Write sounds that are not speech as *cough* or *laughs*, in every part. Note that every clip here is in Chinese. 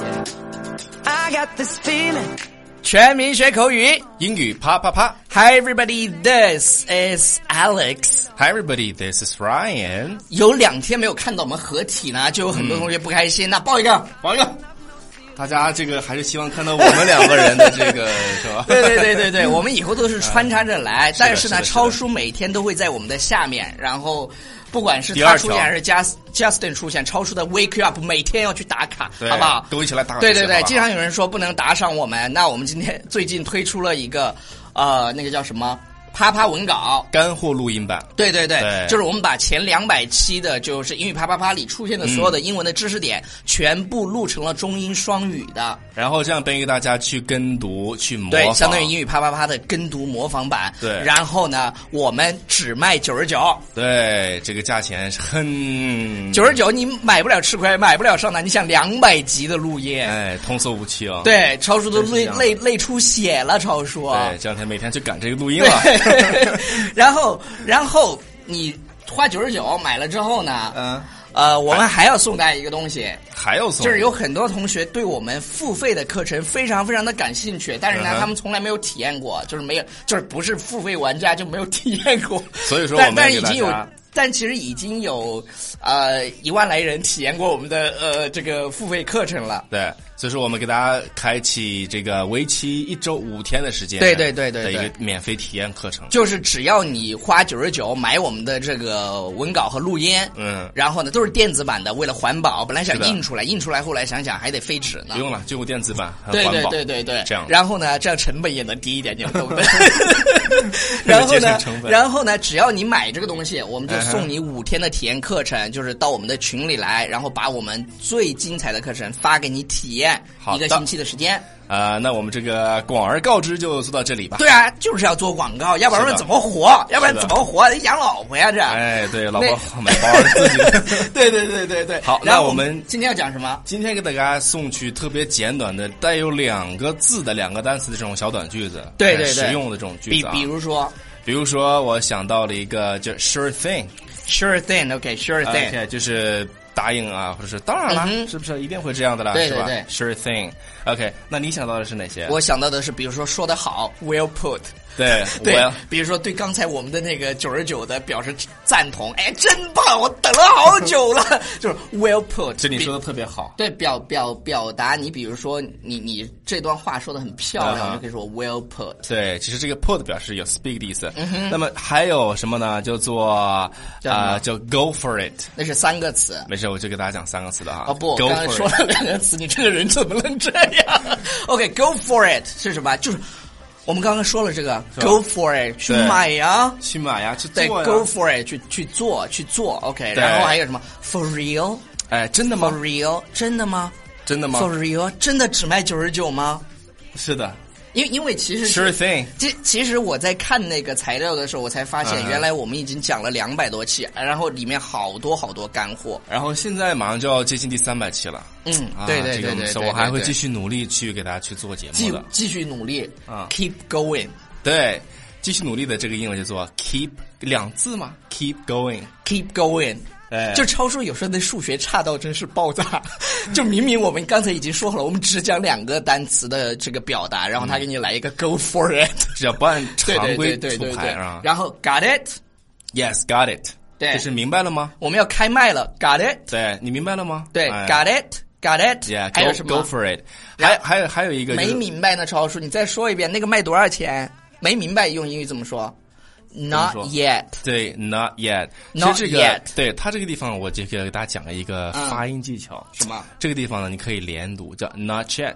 I got this feeling. 全民学口语英语啪啪啪，Hi everybody, this is Alex。 ！Hi everybody, this is Ryan。有两天没有看到我们合体呢，就有很多同学不开心。那抱一 *laughs* 个，王一个，大家这个还是希望看到我们两个人的这 *laughs* 个是吧？对对对对对， *laughs* 我们以后都是穿插着来，但是呢，嗯是的是的超叔每天都会在我们的下面，然后不管是第他二出条现还是 Just Justin 出现，超叔的 Wake You Up 每天要去打卡，对好不好？都一起来打卡对去对对好，吧经常有人说不能打赏我们，那我们今天最近推出了一个呃，那个叫什么啪啪文稿。干货录音版，对对对，对就是我们把前两百期的，就是英语啪啪啪里出现的所有的英文的知识点，全部录成了中英双语的。然后这样便于大家去跟读、去嗯模对，仿，相当于英语啪啪啪的跟读模仿版。对然后呢，我们只卖九十九，对这个价钱是很九十九你买不了吃亏，买不了上当。你想两百集的录音，哎童叟无欺啊、对，超叔都累真是这样累累出血了，超叔。对，这两天每天就赶这个录音对了。 *laughs* *laughs* 然后，然后你花九十九买了之后呢，嗯，呃，我们还要送大家一个东西，还有送，就是有很多同学对我们付费的课程非常非常的感兴趣，但是嗯呢，哼他们从来没有体验过，就是没有，就是不是付费玩家就没有体验过。所以说我但们但给已经大有家，但其实已经有呃一万来人体验过我们的呃这个付费课程了。对，所以说我们给大家开启这个为期一周五天的时间，对对对对的一对个免费体验课程。就是只要你花九十九买我们的这个文稿和录音，嗯然后呢都是电子版的，为了环保，本来想是的印出来，印出来后来想想还得废纸呢不。用了，就用电子版，很对啊环对保。对对对，这样然后呢，这样成本也能低一点，你们懂 *laughs* 不懂？然后节呢省成，本然后呢，只要你买这个东西，我们就嗯哼送你五天的体验课程，就是到我们的群里来，然后把我们最精彩的课程发给你体验好一个的星期的时间。啊，那我们这个广而告之就做到这里吧。对啊，就是要做广告，要不是然的怎么活？要不然是的怎么活？得养老婆 *laughs* 呀，这。哎，对，老那婆买包儿自己的。 *laughs* 对对对对对。好然后那我们今天要讲什么？今天给大家送去特别简短的、带有两个字的两个单词的这种小短句子，对对很对实用的这种句比子啊。比如说比如说，我想到了一个叫 “sure thing”， ，sure thing，OK，sure thing。对，就是答应啊，或者是当然嗯啦，哼是不是一定会这样的啦？对是对吧对，sure thing，OK。那你想到的是哪些？我想到的是，比如说说的好，well put。对， *laughs* 对我，比如说对刚才我们的那个九十九的表示赞同，哎，真棒，我等了好久了， *laughs* 就是 well put。这你比说的特别好。对表表表达你，比如说你你这段话说的很漂亮，嗯哼你就可以说 well put。对，其实这个 put 表示有 speak 的意思。那么还有什么呢？叫做啊、嗯叫什么叫 go for it。那是三个词。没事，我就给大家讲三个词的哈。哦不，啊 go 刚才 for 说 it。了两个词，你这个人怎么能这样 *laughs* ？OK，go、for it 是什么？就是我们刚刚说了这个吧 go for it 去对买呀、去买呀，去做对呀。 ，go for it，去去做，去做，OK。对然后还有什么？For real，For 哎，真的吗？ real，真的吗真的吗？ ？For real，真的只卖九十九吗？是的因为因为其实，sure 是， thing。其其实我在看那个材料的时候，我才发现嗯原来我们已经讲了两百多期，然后里面好多好多干货。然后现在马上就要接近第三百期了。嗯啊，对对对这个对是对，我还对会对继续努力去给大家去做节目继的。继续努力啊，keep going，keep 对，继续努力的这个英文叫做 keep 两字嘛，keep going。 going。哎就超叔有时候那数学差到真是爆炸， *laughs* 就明明我们刚才已经说好了，我们只讲两个单词的这个表达，然后他给你来一个 go for it，只要不按对常对规对出对对牌对啊，。然后 got it， Yes，got it。对就是明白了吗？我们要开麦了，got it，对你明白了吗？对哎，got it，got Yeah， it，还有 go 什 go 么？ for it。还还有还有一个就是没明白呢，超叔，你再说一遍，那个卖多少钱？没明白用英语怎么说？Not 说 yet，对，not yet。其实 Not 这个 yet 对它这个地方，我这个给大家讲一个嗯发音技巧。什么这个地方呢，你可以连读，叫 not yet。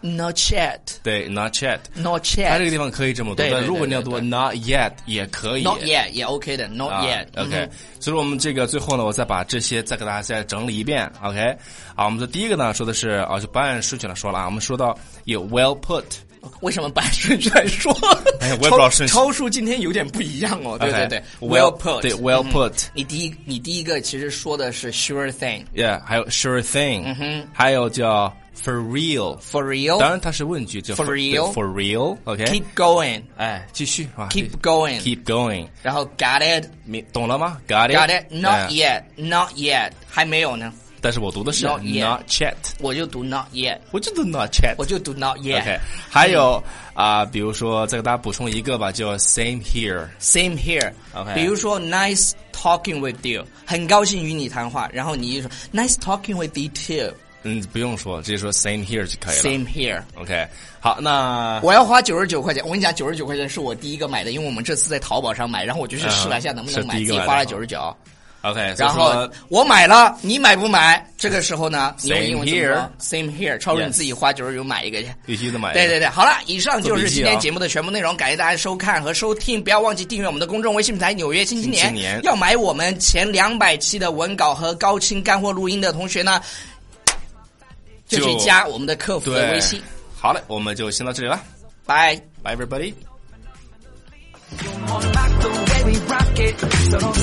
？Not yet，Not 对，not yet。它这 yet，Not 个地方可以这么读，对对但如果你要对对读 not yet 也可以。 yet 也 OK 的，Not 啊 yet，嗯 OK，所以说我们这个最后呢，我再把这些再给大家再整理一遍。OK，啊，我们的第一个呢说的是啊，就不按顺序来说了啊，我们说到有 well put，为什么不按顺序来说？哎我也不知道顺序超超叔今天有点不一样哦，对对 OK，对 well put，对，well 嗯 put 你第一，你第一个其实说的是 sure thing， yeah，还有 sure thing，嗯哼还有叫 for real。 For real. 当然它是问句，就 For real for real，OK、 Keep going. 哎，继续啊 Keep going. keep going，然后 got it. 明懂了吗？Got it Got it. Not 哎 yet. Not yet. 还没有呢。但是我读的是 Not yet not chat，我就读 not yet，我就读 not chat。我就读 not OK， yet。还有啊、比如说再给大家补充一个吧，叫 same here。 Same here。 OK 比如说 nice talking with you，很高兴与你谈话，然后你就说 nice talking with you too。嗯，不用说，直接说 same here 就可以了。 Same here。 OK，好，那我要花九十九块钱，我跟你讲，九十九块钱是我第一个买的，因为我们这次在淘宝上买，然后我就去试了一下能不能买，啊是第自一个己买的花了九十九。 OK，所然以后说我买了，你买不买？这个时候呢，你用英文怎么 Same 说？Same here，超叔 Yes 你自己花九十九买一个去。必须得买一个。对对对，好了，以上就是今做笔记天啊节目的全部内容，感谢大家收看和收听，不要忘记订阅我们的公众微信平台《纽约新青年》。新青年要买我们前两百期的文稿和高清干货录音的同学呢，就去就加我们的客服的对微信。好嘞，我们就先到这里了拜。 ，Bye everybody。 Don't rock the way we rock it. So don't